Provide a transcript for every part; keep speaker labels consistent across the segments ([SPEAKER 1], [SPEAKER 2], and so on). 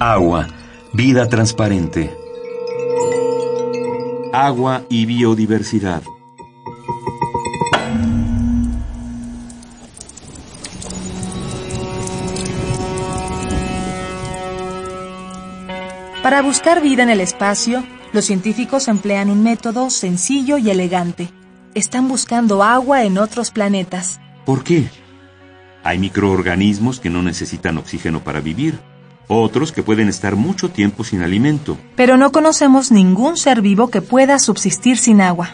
[SPEAKER 1] Agua, vida transparente. Agua y biodiversidad.
[SPEAKER 2] Para buscar vida en el espacio, los científicos emplean un método sencillo y elegante. Están buscando agua en otros planetas.
[SPEAKER 1] ¿Por qué? Hay microorganismos que no necesitan oxígeno para vivir, otros que pueden estar mucho tiempo sin alimento.
[SPEAKER 2] Pero no conocemos ningún ser vivo que pueda subsistir sin agua.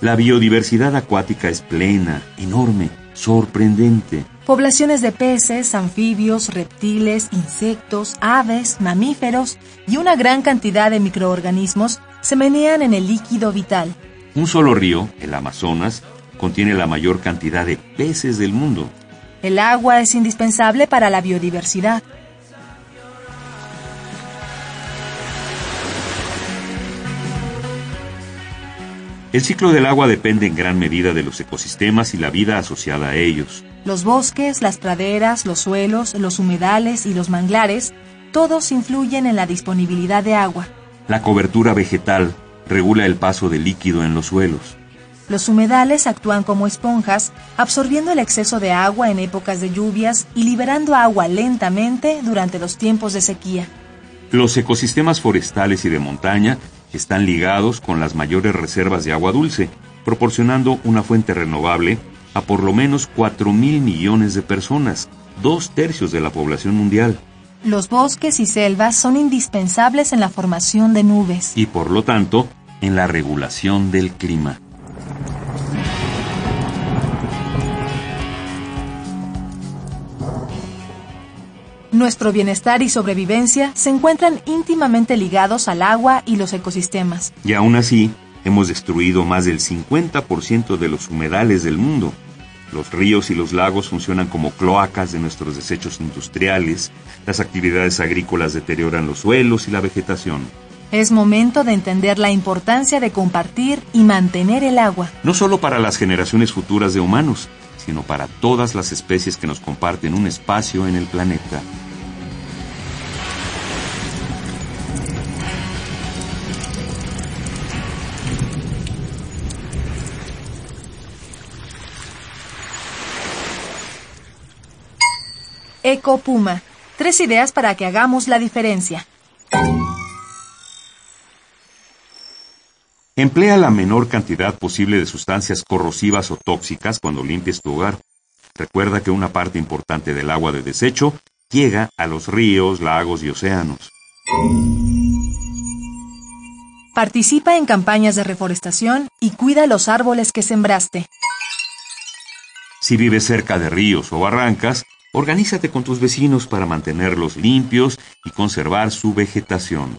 [SPEAKER 1] La biodiversidad acuática es plena, enorme, sorprendente.
[SPEAKER 2] Poblaciones de peces, anfibios, reptiles, insectos, aves, mamíferos y una gran cantidad de microorganismos se menean en el líquido vital.
[SPEAKER 1] Un solo río, el Amazonas, contiene la mayor cantidad de peces del mundo.
[SPEAKER 2] El agua es indispensable para la biodiversidad.
[SPEAKER 1] El ciclo del agua depende en gran medida de los ecosistemas y la vida asociada a ellos.
[SPEAKER 2] Los bosques, las praderas, los suelos, los humedales y los manglares, todos influyen en la disponibilidad de agua.
[SPEAKER 1] La cobertura vegetal regula el paso del líquido en los suelos.
[SPEAKER 2] Los humedales actúan como esponjas, absorbiendo el exceso de agua en épocas de lluvias y liberando agua lentamente durante los tiempos de sequía.
[SPEAKER 1] Los ecosistemas forestales y de montaña están ligados con las mayores reservas de agua dulce, proporcionando una fuente renovable a por lo menos 4 mil millones de personas, dos tercios de la población mundial,
[SPEAKER 2] Los bosques y selvas son indispensables en la formación de nubes.
[SPEAKER 1] y por lo tanto, en la regulación del clima.
[SPEAKER 2] Nuestro bienestar y sobrevivencia se encuentran íntimamente ligados al agua y los ecosistemas.
[SPEAKER 1] Y aún así, hemos destruido más del 50% de los humedales del mundo. Los ríos y los lagos funcionan como cloacas de nuestros desechos industriales, las actividades agrícolas deterioran los suelos y la vegetación.
[SPEAKER 2] Es momento de entender la importancia de compartir y mantener el agua.
[SPEAKER 1] No solo para las generaciones futuras de humanos, sino para todas las especies que nos comparten un espacio en el planeta.
[SPEAKER 2] Eco Puma. Tres ideas para que hagamos la diferencia.
[SPEAKER 1] Emplea la menor cantidad posible de sustancias corrosivas o tóxicas cuando limpies tu hogar. Recuerda que una parte importante del agua de desecho llega a los ríos, lagos y océanos.
[SPEAKER 2] Participa en campañas de reforestación y cuida los árboles que sembraste.
[SPEAKER 1] Si vives cerca de ríos o barrancas, organízate con tus vecinos para mantenerlos limpios y conservar su vegetación.